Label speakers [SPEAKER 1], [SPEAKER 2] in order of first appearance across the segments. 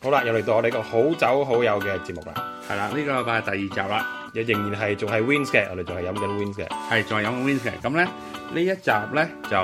[SPEAKER 1] 好啦，又嚟到我哋個好酒好友嘅節目啦，
[SPEAKER 2] 係啦，呢個禮拜係第二集啦，
[SPEAKER 1] 又仍然係仲係 Wins 嘅，我哋仲係飲緊 Wins 嘅，
[SPEAKER 2] 係仲係飲 wins 嘅。咁咧呢一集咧就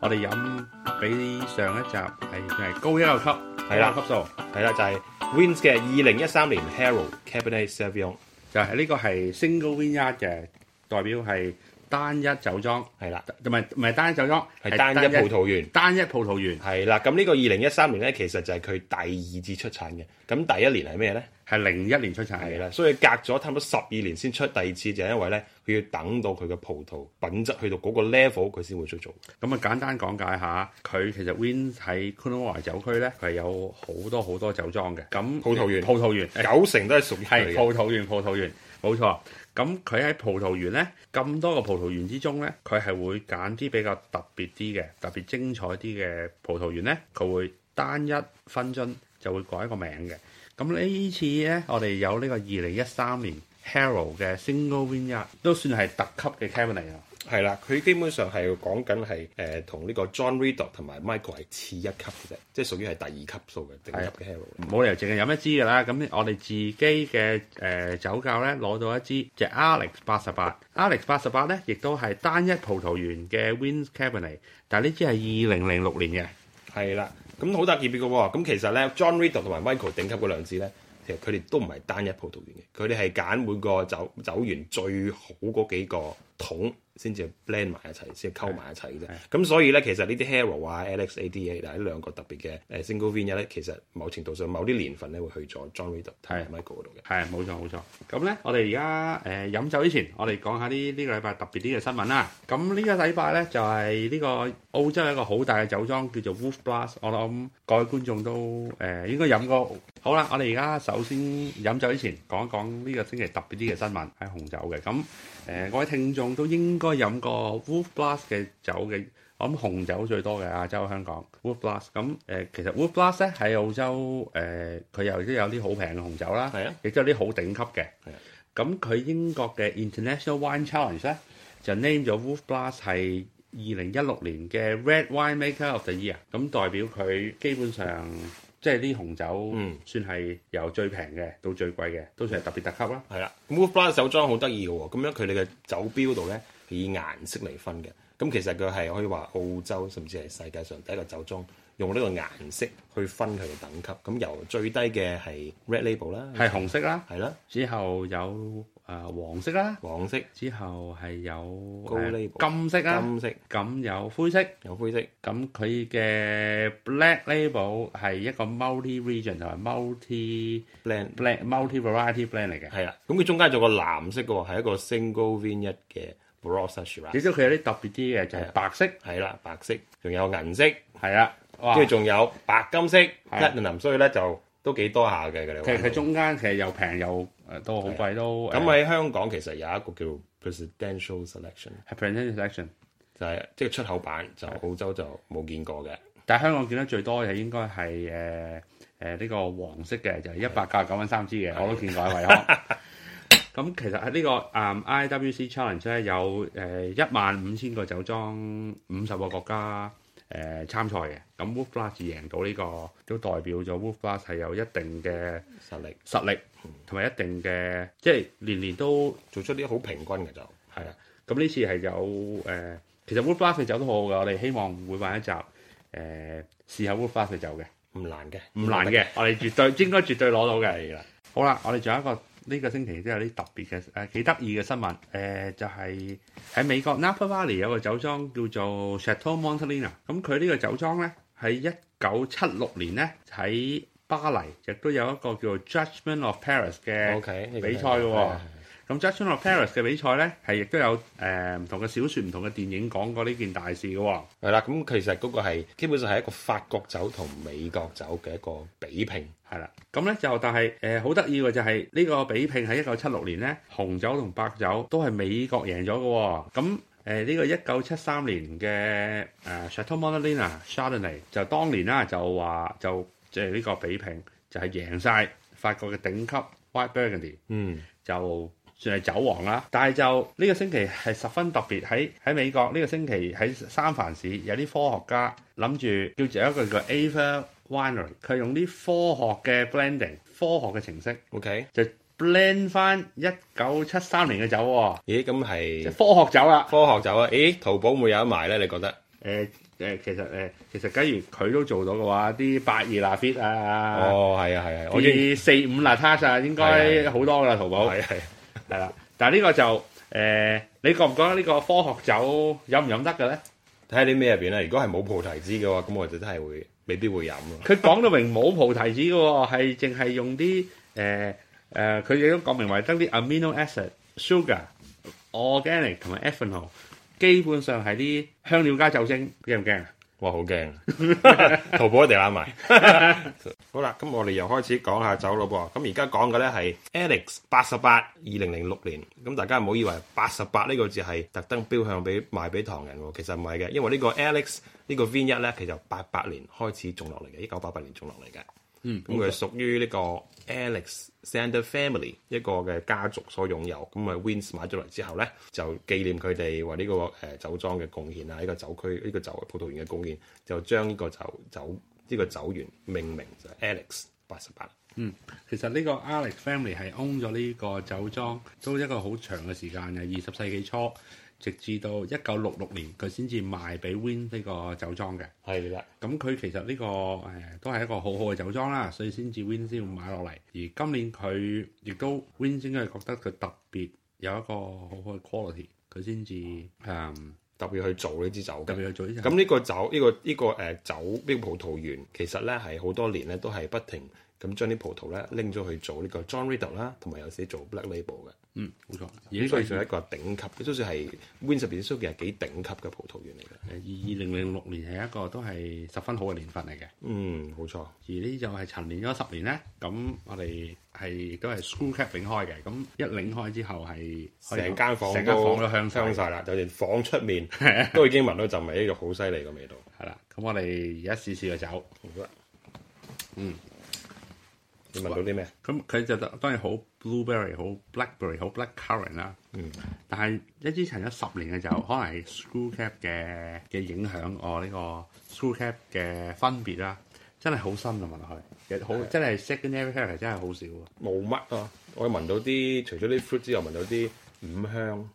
[SPEAKER 2] 我哋飲比上一集係算係高一個級，
[SPEAKER 1] 係啦
[SPEAKER 2] 高一個級數
[SPEAKER 1] 係啦，就係、Wins 嘅二零一三年 Harold Cabernet Sauvignon，
[SPEAKER 2] 就係呢個係 single vineyard 嘅，代表係單一酒莊，
[SPEAKER 1] 係啦，
[SPEAKER 2] 唔係唔係單一酒莊，
[SPEAKER 1] 係單一葡萄園。
[SPEAKER 2] 單一葡萄園。
[SPEAKER 1] 係啦，咁呢個二零一三年咧，其實就係佢第二次出產嘅。咁第一年係咩咧？
[SPEAKER 2] 係零一年出產
[SPEAKER 1] 係
[SPEAKER 2] 嘅，
[SPEAKER 1] 啦，所以隔咗差唔多十二年先出第二次，就係因為咧，佢要等到佢嘅葡萄品質去到嗰個 level，佢先會出做。
[SPEAKER 2] 咁啊簡單講解下，佢其實 Win 喺 c o n o a 酒區咧，佢係有好多好多酒莊嘅，咁
[SPEAKER 1] 葡萄園
[SPEAKER 2] 葡萄園誒
[SPEAKER 1] 九成都係屬於
[SPEAKER 2] 係
[SPEAKER 1] 佢嘅。
[SPEAKER 2] 葡萄園，葡萄園冇錯。咁佢喺葡萄園呢，咁多個葡萄園之中呢，佢係會揀啲比較特別啲嘅、特別精彩啲嘅葡萄園呢，佢會單一分樽就會改一個名嘅。咁呢次呢，我哋有呢個二零一三年 Harold 嘅 Single Vineyard 都算係特級嘅 Cabernet 啊。
[SPEAKER 1] 係啦，佢基本上係講緊係誒同呢個 John Riddle 同埋 Michael 係次一級嘅啫，即係屬於係第二級數嘅頂級嘅 hero。
[SPEAKER 2] 冇理由淨係啊飲一支㗎啦。咁我哋自己嘅誒、呃酒窖咧攞到一支就係 Alex 八十八，Alex 八十八咧亦都係單一葡萄園嘅 Wins Cabernet，但係呢支係二零零六年嘅。
[SPEAKER 1] 係啦，咁好特別嘅喎。咁其實咧，John Riddle 同埋 Michael 頂級嗰兩支咧，其實佢哋都唔係單一葡萄園嘅，佢哋係揀每個酒酒園最好嗰幾個桶先至 blend 埋一齊，先溝埋一齊嘅啫。咁所以咧，其實呢啲 Hero 啊、Alex ADA 嗱呢兩個特別嘅誒 single vine 咧，其實某程度上某啲年份咧會去咗 John Riddle 同埋 Michael 嗰度嘅。
[SPEAKER 2] 係冇錯冇錯。咁咧，我哋而家誒飲酒之前，我哋講下啲呢個禮拜特別啲嘅新聞啦。咁呢個禮拜咧就係、呢個澳洲有一個好大嘅酒莊叫做 Wolf Blast，我諗各位觀眾都誒、呃、應該飲過。好啦，我哋而家首先飲酒之前講一講呢個星期特別啲嘅新聞係紅酒嘅。咁誒、呃各位聽眾都應該飲過 Wolf Blast 嘅酒嘅。我諗紅酒最多嘅亞洲香港 Wolf Blast，咁誒、呃其實 Wolf Blast 咧喺澳洲誒，佢又都有啲好平嘅紅酒啦，
[SPEAKER 1] 係啊。
[SPEAKER 2] 亦都有啲好頂級
[SPEAKER 1] 係
[SPEAKER 2] 嘅
[SPEAKER 1] 啊。
[SPEAKER 2] 咁佢英國嘅 International Wine Challenge 咧，就 name 咗 Wolf Blast 係二零一六年嘅 Red Wine Maker of the Year，咁代表佢基本上即係啲紅
[SPEAKER 1] 嗯
[SPEAKER 2] 酒，算係由最平嘅到最貴嘅，都算係特別特級啦。
[SPEAKER 1] 係啦，Move Blast 酒莊好得意嘅喎，咁樣佢哋嘅酒標度咧以顏色嚟分嘅，咁其實佢係可以話澳洲甚至係世界上第一個酒莊用呢個顏色去分佢嘅等級，咁由最低嘅係 Red Label 啦，
[SPEAKER 2] 係紅色啦，
[SPEAKER 1] 係啦，
[SPEAKER 2] 之後有誒、呃黃色啦，
[SPEAKER 1] 黃色、
[SPEAKER 2] 之後係有
[SPEAKER 1] 高
[SPEAKER 2] 呃
[SPEAKER 1] label
[SPEAKER 2] 金色啦，
[SPEAKER 1] 金色、
[SPEAKER 2] 咁有灰色。
[SPEAKER 1] 有灰色，
[SPEAKER 2] 咁佢嘅 Black Label 係一個 multi region 同埋 multi
[SPEAKER 1] blend
[SPEAKER 2] blend multi variety blend 嚟嘅，
[SPEAKER 1] 係啦，咁佢中間仲有個藍色嘅喎，係一個 single vine 一嘅 b r o s s a s h i r a
[SPEAKER 2] 亦都佢有啲特別啲嘅就
[SPEAKER 1] 係啊
[SPEAKER 2] 係白色，
[SPEAKER 1] 係啦，白色，仲有銀色，
[SPEAKER 2] 係啦，哇！
[SPEAKER 1] 跟住仲有白金色 platinum，
[SPEAKER 2] platinum，
[SPEAKER 1] 所以咧就都幾多下嘅佢
[SPEAKER 2] 其實佢
[SPEAKER 1] 哋。
[SPEAKER 2] 中間其實又平又誒都好貴都
[SPEAKER 1] 啊
[SPEAKER 2] 呃
[SPEAKER 1] 咁
[SPEAKER 2] 誒
[SPEAKER 1] 喺香港其實有一個叫 Presidential Selection，
[SPEAKER 2] 係 present selection，
[SPEAKER 1] 就係即係出口版，就澳洲就冇見過嘅。
[SPEAKER 2] 但係香港見得最多嘅應該係誒誒呢個黃色嘅，就係一百九十九蚊三支嘅，我都見過喺惠康。 咁其實喺呢個嗯誒 IWC Challenge 咧有誒一萬五千個酒莊，五十個國家誒參賽嘅。咁 Wolf Blast 贏到呢個，都代表咗 Wolf Blast 係有一定嘅
[SPEAKER 1] 實力
[SPEAKER 2] 實力，同埋一定嘅，即係年年都
[SPEAKER 1] 做出啲好平均嘅就
[SPEAKER 2] 係啊，咁呢次係有誒、呃其實 Wood Blast 嘅酒都好好嘅，我哋希望會玩一集誒、呃、試下 Wood Blast 嘅酒嘅，
[SPEAKER 1] 唔難嘅，
[SPEAKER 2] 唔難嘅，我哋絕對應該絕對攞到嘅。
[SPEAKER 1] 係啦，
[SPEAKER 2] 好啦，我哋仲有一個呢、個星期都有啲特別嘅誒幾得意嘅新聞，誒、呃就係、喺美國 Napa Valley 有個酒莊叫做 Chateau Montelina，咁佢呢個酒莊咧喺一九七六年咧喺巴黎亦都有一個叫做 Judgment of Paris 嘅。
[SPEAKER 1] OK 呢個
[SPEAKER 2] 比賽嘅喎
[SPEAKER 1] 係
[SPEAKER 2] 咁《Judgment of Paris》嘅比賽咧，係亦都有誒唔、同嘅小説、唔同嘅電影講過呢件大事嘅喎、
[SPEAKER 1] 係啦。咁其實嗰個係基本上係一個法國酒同美國酒嘅一個比拼，
[SPEAKER 2] 係啦，咁咧就但係誒好得意嘅就係呢個比拼喺一九七六年咧，紅酒同白酒都係美國贏咗嘅喎。咁誒呢個一九七三年嘅誒 Chateau Montelina Chardonnay 就當年啦就話就即係呢個比拼就係贏晒法國嘅頂級 White Burgundy。
[SPEAKER 1] 嗯，
[SPEAKER 2] 就算係酒王啦。但係就呢個星期係十分特別，喺喺美國呢個星期喺三藩市有啲科學家諗住叫做一個叫 Ava winery，佢用啲科學嘅 blending，科學嘅程式
[SPEAKER 1] OK，
[SPEAKER 2] 就 blend 翻一九七三年嘅酒喎，
[SPEAKER 1] 咦，咁
[SPEAKER 2] 即
[SPEAKER 1] 係
[SPEAKER 2] 係科學酒啦。
[SPEAKER 1] 科學酒啊？咦，淘寶會唔會有得賣咧？你覺得？
[SPEAKER 2] 誒誒，其實誒，其實假如佢都做到嘅話，啲八二拿 fit 啊，
[SPEAKER 1] 哦，係啊，係啊，我已經
[SPEAKER 2] 啲四五拿 t a s 啊，應
[SPEAKER 1] 係
[SPEAKER 2] 該好多噶啦，淘寶
[SPEAKER 1] 係係
[SPEAKER 2] 係啦。但係呢個就誒，你覺唔覺得呢個科學酒飲唔飲得嘅咧？
[SPEAKER 1] 睇下啲咩入邊啦。如果係冇菩提子嘅話，咁我就真係會未必會飲咯。
[SPEAKER 2] 佢講到明冇菩提子嘅喎，係淨係用啲誒誒，佢亦都講明為得啲 amino acid、sugar、organic 同埋 ethanol，基本上係啲香料加酒精，驚唔驚啊？
[SPEAKER 1] 哇，好驚！ 淘寶一定揦埋。 好啦，咁我哋又開始講下酒咯噃。咁而家講嘅咧係 Alex 八十八二零零六年。咁大家唔好以為八十八呢個字係特登標向俾賣俾唐人喎，其實唔係嘅，因為呢個 Alex 呢個 Vin 一咧，其實八八年開始種落嚟嘅，一九八八年種落嚟嘅。
[SPEAKER 2] 嗯
[SPEAKER 1] 咁佢係屬於呢個 Alexander Family 一個嘅家族所擁有，咁啊 Wins 買咗嚟之後咧，就紀念佢哋為呢個誒酒莊嘅貢獻啊，呢、個酒區呢、個酒葡萄園嘅貢獻，就將呢個酒酒呢、個酒園命名就係 Alex 八十八。
[SPEAKER 2] 其實呢個 Alex Family 係 own 咗呢個酒莊都一個好長嘅時間嘅，二十世紀初，直至到一九六六年佢先至賣俾 Win 呢個酒莊嘅。
[SPEAKER 1] 係啦，
[SPEAKER 2] 咁佢其實呢、個誒、都係一個好好嘅酒莊啦，所以先至 Win 先要買落嚟。而今年佢亦都 Win 應該係覺得佢特別有一個好好嘅 quality，佢先至誒
[SPEAKER 1] 特別去做呢支酒
[SPEAKER 2] 特
[SPEAKER 1] 嘅。
[SPEAKER 2] 別去做呢隻。
[SPEAKER 1] 咁呢個酒呢、個呢、個誒、酒呢、個葡萄園，其實咧係好多年咧都係不停咁將啲葡萄咧拎咗去做呢個 John Riddle 啦，同埋有時做 Black Label 嘅。
[SPEAKER 2] 嗯冇錯，而呢
[SPEAKER 1] 呢
[SPEAKER 2] 個
[SPEAKER 1] 個
[SPEAKER 2] 係
[SPEAKER 1] 算係一個頂級，都算係 Win 十年 s u g 係幾頂級嘅葡萄園嚟嘅。
[SPEAKER 2] 二零零六年係一個都係十分好嘅年份嚟嘅。
[SPEAKER 1] 嗯，冇錯。
[SPEAKER 2] 而呢就係陳年咗十年咧，咁我哋係亦都係 screw cap 擰開嘅，咁一擰開之後係可以
[SPEAKER 1] 成間房
[SPEAKER 2] 成間
[SPEAKER 1] 都
[SPEAKER 2] 房都香晒，
[SPEAKER 1] 晒啦，就連房出面都已經聞到陣味，呢個好犀利嘅味道。
[SPEAKER 2] 係啦。咁我哋而家試試個酒，
[SPEAKER 1] 好啦，
[SPEAKER 2] 嗯，
[SPEAKER 1] 你聞到啲咩？
[SPEAKER 2] 咁佢就當然好 blueberry、好 blackberry、好 blackcurrant 啦。
[SPEAKER 1] 嗯，
[SPEAKER 2] 但係一支陳咗十年嘅酒， 可能係 screw cap 嘅嘅影響哦我呢個 screw cap 嘅分別啦，真係好深啊嘅聞落去，其實好真係 secondary character 真係好少啊。
[SPEAKER 1] 冇乜啊！我聞到啲除咗啲 fruit 之外，聞到啲五香，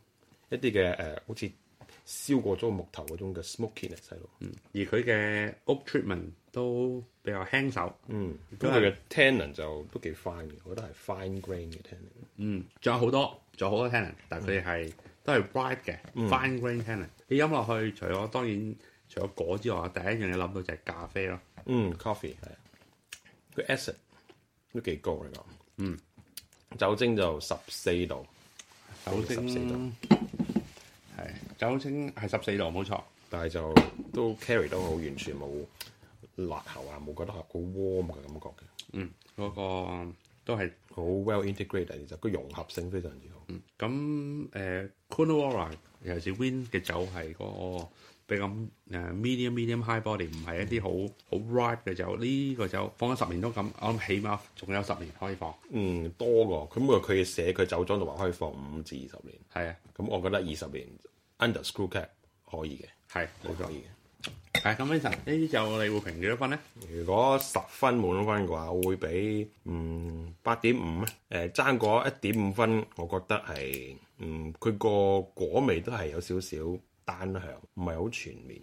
[SPEAKER 1] 一啲嘅誒，好似燒過咗木頭嗰種嘅 smokiness 喺度。嗯
[SPEAKER 2] 而佢嘅 oak treatment 都比較輕手。
[SPEAKER 1] 嗯，咁
[SPEAKER 2] 都
[SPEAKER 1] 佢
[SPEAKER 2] 係
[SPEAKER 1] 嘅 tannin 就都幾 fine 嘅，我覺得係 fine grain 嘅 tannin。
[SPEAKER 2] 嗯，仲有好多，仲有好多 talent，但係佢哋係都係 bright 嘅、fine grain talent。你飲落去，除咗當然除咗果之外，第一樣嘢諗到就係咖啡咯。
[SPEAKER 1] 嗯，coffee 係啊，佢 acid 都幾高嚟講。
[SPEAKER 2] 嗯，
[SPEAKER 1] 酒精就十四度，
[SPEAKER 2] 酒
[SPEAKER 1] 14
[SPEAKER 2] 精係酒精係十四度，冇錯。
[SPEAKER 1] 但係就都 carry 到好，完全冇辣喉啊，冇覺得好 warm 啊嘅感覺嘅，
[SPEAKER 2] 嗯，嗰、個都係
[SPEAKER 1] 好 well integrated，就個融合性非常之好。
[SPEAKER 2] 嗯咁誒 c o n o w a r a 尤其是 Win 嘅酒係嗰個比較誒 medium medium high body，唔係一啲好好 ripe 嘅酒。呢、個酒放咗十年都咁，我諗起碼仲有十年可以放。
[SPEAKER 1] 嗯，多個咁佢佢寫佢酒莊度話可以放五至二十年，
[SPEAKER 2] 係啊，
[SPEAKER 1] 咁我覺得二十年 under screw cap 可以嘅，
[SPEAKER 2] 係冇錯
[SPEAKER 1] 可。以嘅。
[SPEAKER 2] 係咁，Vincent 呢啲就你會評幾多分咧？
[SPEAKER 1] 如果十分滿分嘅話，我會俾嗯八點五咧。誒爭嗰一點五分，我覺得係嗯佢個果味都係有少少單向，唔係好全面。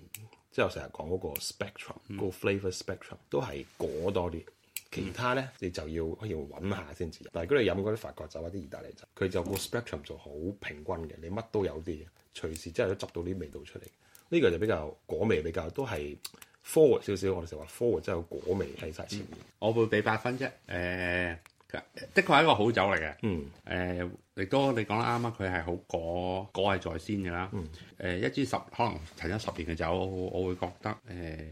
[SPEAKER 1] 即係我成日講嗰個 spectrum，個 flavour spectrum 都係果多啲。其他咧你就要可以揾下先至。但係如果你飲嗰啲法國酒或者意大利酒，佢就個 spectrum 就好平均嘅，你乜都有啲嘅，隨時真係都執到啲味道出嚟。呢、個就比較果味比較都係 forward 少少，我哋成日話 forward 真係有果味喺晒前面。
[SPEAKER 2] 我會俾八分啫。誒、佢的確係一個好酒嚟嘅。誒、
[SPEAKER 1] 嗯
[SPEAKER 2] 亦都你講得啱啊，佢係好果果係在先嘅啦。誒、一支十可能陳咗十年嘅酒，我我會覺得誒、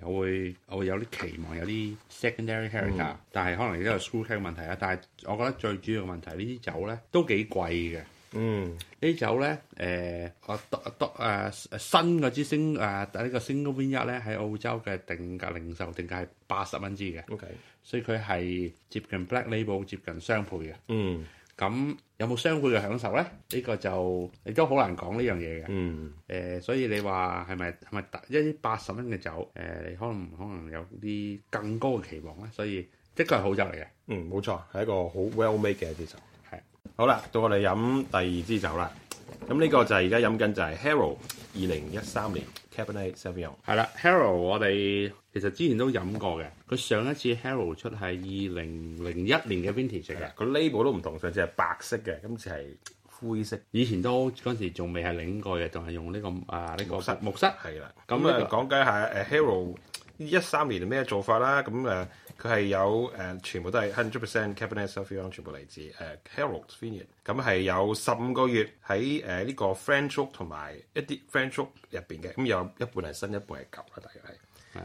[SPEAKER 2] 我會我會有啲期望，有啲 secondary character，、但係可能亦都有 screw cap 嘅問題啦。但係我覺得最主要嘅問題，呢啲酒咧都幾貴嘅。
[SPEAKER 1] 嗯，
[SPEAKER 2] 呢酒咧，誒、我多多誒新嗰支星誒呢、個 single win 一咧，喺澳洲嘅定價零售定價係八十蚊支嘅，
[SPEAKER 1] OK，
[SPEAKER 2] 所以佢係接近 black label 接近雙倍嘅。
[SPEAKER 1] 嗯，
[SPEAKER 2] 咁有冇相配嘅享受咧？呢、個就亦都好難講呢樣嘢嘅。
[SPEAKER 1] 嗯，
[SPEAKER 2] 誒、所以你話係咪係咪大一啲八十蚊嘅酒？誒、你可能可能有啲更高嘅期望咧，所以的確係好酒嚟嘅。
[SPEAKER 1] 嗯，冇錯，係一個好 well made 嘅一支酒。
[SPEAKER 2] 係
[SPEAKER 1] 好啦，到我哋飲第二支酒啦。咁呢個就係而家飲緊就係 Haro 二零一三年 Cabernet Sauvignon。
[SPEAKER 2] 係啦，Haro 我哋其實之前都飲過嘅，佢上一次 Haro 出係二零零一年嘅 Vintage 嚟
[SPEAKER 1] 係
[SPEAKER 2] 嘅
[SPEAKER 1] 啦，，個 label 都唔同，上次係白色嘅，今次係灰色。
[SPEAKER 2] 以前都嗰陣時仲未係擰過嘅，仲係用呢、個啊呢、個
[SPEAKER 1] 木塞
[SPEAKER 2] 木塞。
[SPEAKER 1] 係啦，
[SPEAKER 2] 咁
[SPEAKER 1] 咁
[SPEAKER 2] 呢
[SPEAKER 1] 啊
[SPEAKER 2] 個
[SPEAKER 1] 講解下誒 Hero 一三年咩做法啦，咁誒佢係有誒、呃全部都係 hundred percent Cabernet Sauvignon，全部嚟自誒 Hero Vineyard，咁係有十五個月喺誒呢個 French Oak 同埋一啲 French Oak 入邊嘅，咁有一半係新，一半係舊啦，大約係。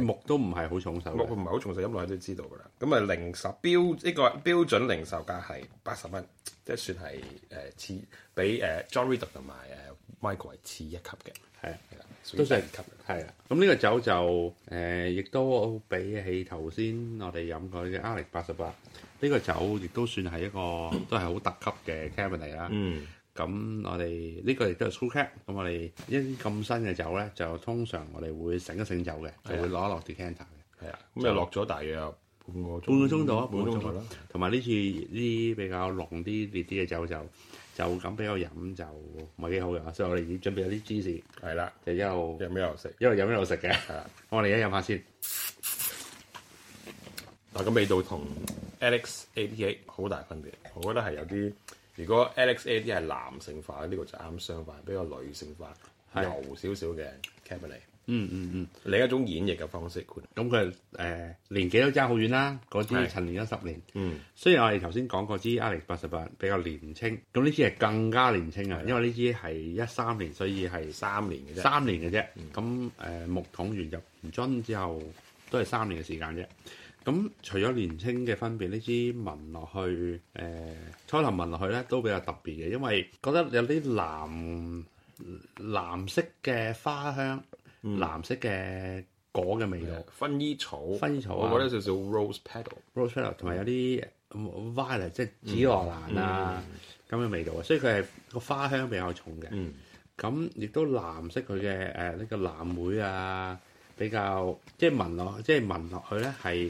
[SPEAKER 2] 木都唔係好重手
[SPEAKER 1] 我
[SPEAKER 2] 嘅，
[SPEAKER 1] 唔係好重視音樂，你都知道㗎啦。咁啊，零售標呢個標準零售價係八十蚊，即係算係誒、呃次，比誒、呃 John Riddoch 同埋誒 Michael 係次一級嘅，
[SPEAKER 2] 係
[SPEAKER 1] 係啦，屬於
[SPEAKER 2] 都算
[SPEAKER 1] 第二級嘅。
[SPEAKER 2] 係啦。咁呢個酒就誒、亦都比起頭先我哋飲過嘅 Alex 八十八，呢個酒亦都算係一個都係好特級嘅 Cabernet 啦。
[SPEAKER 1] 嗯，
[SPEAKER 2] 咁我哋呢個亦都係 School Cap，咁我哋一啲咁新嘅酒咧，就通常我哋會醒一醒酒嘅，就會攞一落 decanter 嘅。
[SPEAKER 1] 係啊，咁啊落咗大約有半個鐘，
[SPEAKER 2] 半個鐘度啊，
[SPEAKER 1] 半個鐘度啦。
[SPEAKER 2] 同埋呢次呢啲比較濃啲烈啲嘅酒就就咁俾我飲就唔係幾好嘅，所以我哋已經準備咗啲芝士，
[SPEAKER 1] 係啦，
[SPEAKER 2] 就一路
[SPEAKER 1] 有咩又食？啊
[SPEAKER 2] 一路飲一路食嘅。
[SPEAKER 1] 係啦，
[SPEAKER 2] 我哋而家飲下先。
[SPEAKER 1] 但係個味道同 Alex ADA 好大分別，我覺得係有啲。如果 Alex ADA 係男性化，呢、個就啱相反，比較女性化，
[SPEAKER 2] 係
[SPEAKER 1] 柔少少嘅 Cabernet，
[SPEAKER 2] 嗯嗯嗯，
[SPEAKER 1] 另一種演繹嘅方式。
[SPEAKER 2] 咁佢誒年紀都爭好遠啦，嗰支
[SPEAKER 1] 係
[SPEAKER 2] 陳年咗十年。
[SPEAKER 1] 嗯。
[SPEAKER 2] 雖然我哋頭先講過支 Alex 八十八比較年青，咁呢支係更加年青啊，因為呢支係一三年，所以係
[SPEAKER 1] 三年嘅啫。
[SPEAKER 2] 三年嘅啫。咁誒、呃木桶完入唔樽之後，都係三年嘅時間啫。咁除咗年青嘅分別，呢支聞落去誒、呃初頭聞落去咧都比較特別嘅，因為覺得有啲藍藍色嘅花香、藍色嘅果嘅味道。
[SPEAKER 1] 啊薰衣草，
[SPEAKER 2] 薰衣草啊
[SPEAKER 1] 我覺得有少少 rose petal。
[SPEAKER 2] rose p e t a l 同埋有啲嗯 violet 即係紫羅蘭啊咁嘅味道啊，所以佢係個花香比較重嘅。
[SPEAKER 1] 嗯，
[SPEAKER 2] 咁亦都藍色佢嘅呃誒呢個藍莓啊，比較即係聞落即係聞落去咧係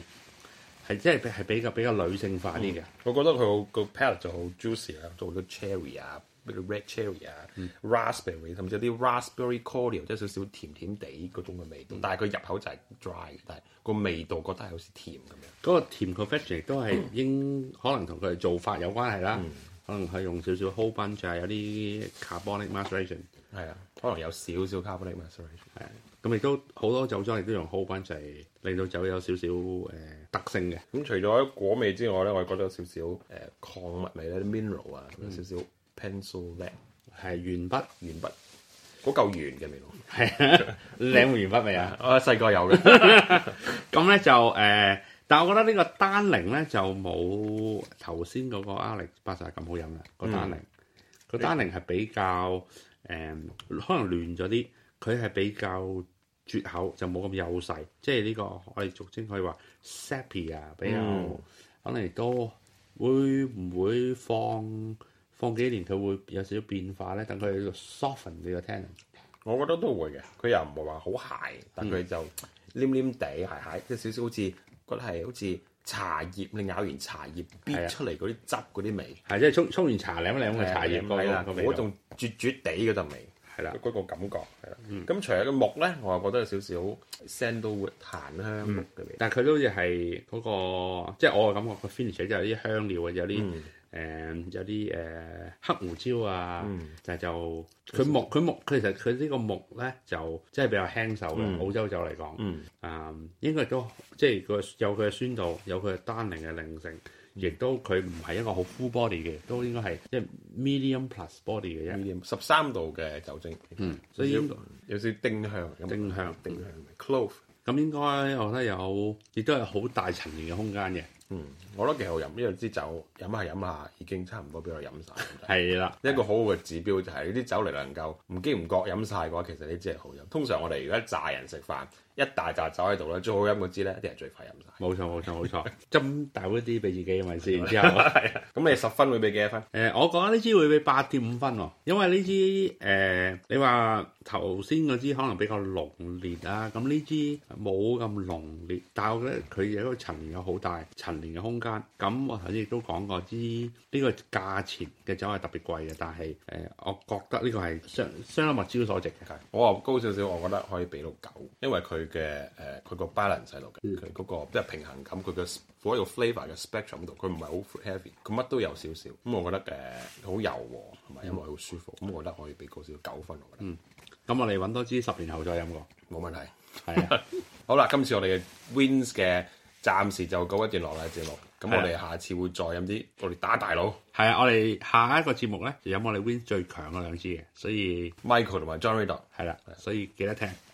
[SPEAKER 2] 係即係係比較比較女性化啲嘅。
[SPEAKER 1] 嗯我覺得佢個 palette 就好 juicy 啦，做咗 cherry 啊，red cherry 啊，raspberry，甚至有啲 raspberry cordial，即係少少甜甜地嗰種嘅味道。但係佢入口就係 dry，嘅但係個味道覺得係好似甜咁樣。
[SPEAKER 2] 嗰個甜 confection 亦都係應可能同佢哋做法有關係啦，可能係用少少 whole bunch 啊，有啲 carbonic maceration。
[SPEAKER 1] 係啊，可能有少少 carbonic maceration。
[SPEAKER 2] 係咁亦都好多酒莊亦都用 whole bunch 係令到酒有少少誒、特性嘅。
[SPEAKER 1] 咁除咗果味之外咧，我係覺得有少少誒礦物味咧，mineral 啊，有少少 pencil lead
[SPEAKER 2] 係鉛筆，
[SPEAKER 1] 鉛筆，嗰嚿圓嘅味道。
[SPEAKER 2] 係啊，你領過鉛筆未啊？
[SPEAKER 1] 我細個有嘅，
[SPEAKER 2] 咁咧就誒、呃但係我覺得呢個單寧咧就冇頭先嗰個 Alex 八十咁好飲啦，個單寧，個、單
[SPEAKER 1] 嗯
[SPEAKER 2] 寧係比較誒、呃可能亂咗啲，佢係比較絕口，就冇咁幼細，即係呢個我哋俗稱可以話 sappy 啊，比較、
[SPEAKER 1] 嗯
[SPEAKER 2] 可能亦都會唔會放放幾年佢會有少少變化咧，等佢 soften 你個 tannin。
[SPEAKER 1] 我覺得都會嘅。佢又唔係話好鞋，但
[SPEAKER 2] 嗯
[SPEAKER 1] 佢就黏黏地鞋鞋，即係少少好似覺得係好似茶葉，你咬完茶葉
[SPEAKER 2] 係啊
[SPEAKER 1] 咇出嚟嗰啲汁嗰啲味，
[SPEAKER 2] 係即係沖沖完茶舐一舐個茶葉嗰
[SPEAKER 1] 係啦，
[SPEAKER 2] 個味
[SPEAKER 1] 嗰
[SPEAKER 2] 道，啊
[SPEAKER 1] 種絕絕地嗰陣味，
[SPEAKER 2] 係啦，
[SPEAKER 1] 嗰個感覺係啦。
[SPEAKER 2] 嗯
[SPEAKER 1] 咁除咗個木咧，我又覺得有少少 sandalwood 檀香木嘅味。
[SPEAKER 2] 但係佢都好似係嗰個，即係我嘅感覺，佢 finish 就有啲香料啊，有啲誒、
[SPEAKER 1] 嗯
[SPEAKER 2] 有啲誒、黑胡椒啊，但係就佢木佢木佢其實佢呢個木咧就即係比較輕手嘅、澳洲酒嚟講，
[SPEAKER 1] 嗯
[SPEAKER 2] 啊、應該都即係佢有佢嘅酸度，有佢嘅單寧嘅靈性，
[SPEAKER 1] 嗯
[SPEAKER 2] 亦都佢唔係一個好 full body 嘅，都應該係即係 medium plus body 嘅啫，嗯
[SPEAKER 1] 十三度嘅酒精，嗯，
[SPEAKER 2] 所以應該
[SPEAKER 1] 有少少丁香，有冇
[SPEAKER 2] 丁香嗯
[SPEAKER 1] 丁香味，clove，
[SPEAKER 2] 咁應該我覺得有，亦都係好大陳年嘅空間嘅，
[SPEAKER 1] 嗯，我覺得幾好飲，因為支酒飲下飲下已經差唔多俾我飲晒。
[SPEAKER 2] 係啦。
[SPEAKER 1] 一個好好嘅指標就係呢啲酒嚟能夠唔經唔覺飲晒嘅話，其實呢支係好飲。通常我哋而家炸人食飯，一大扎酒喺度咧，最好飲嗰支咧，啲人最快飲晒。
[SPEAKER 2] 冇錯冇錯冇錯，斟大杯啲俾自己咪先，然之後。
[SPEAKER 1] 咁你十分會俾幾多分？
[SPEAKER 2] 誒、我覺得呢支會俾八點五分喎、因為呢支誒，你話頭先嗰支可能比較濃烈啦，咁呢支冇咁濃烈，但係我覺得佢有一個陳年有好大陳年嘅空間。咁我頭先亦都講過，支呢、個價錢嘅酒係特別貴嘅，但係誒、我覺得呢個係相相當物超所值嘅。
[SPEAKER 1] 我話高少少，我覺得可以俾到九，因為佢嘅誒佢個 balance 喺度嘅，佢嗰、個即係平衡感，佢嘅 s- 嗰個 flavour 嘅 spectrum 度，佢唔係好 fruit heavy，佢乜都有少少。咁我覺得誒好、柔和，同埋音樂好舒服。咁我覺得可以俾高少少九分，我覺得
[SPEAKER 2] 咁我哋揾多支十年後再飲過，
[SPEAKER 1] 冇、問題。
[SPEAKER 2] 係啊。
[SPEAKER 1] 好啦，今次我哋嘅 Wins 嘅暫時就告一段落啦節目。咁我哋下次會再飲啲，我哋打大佬
[SPEAKER 2] 係啊，我哋下一個節目咧就飲我哋 Win 最強嘅兩支嘅，所以
[SPEAKER 1] Michael 同埋 John r a d o
[SPEAKER 2] 係啦，所以記得聽。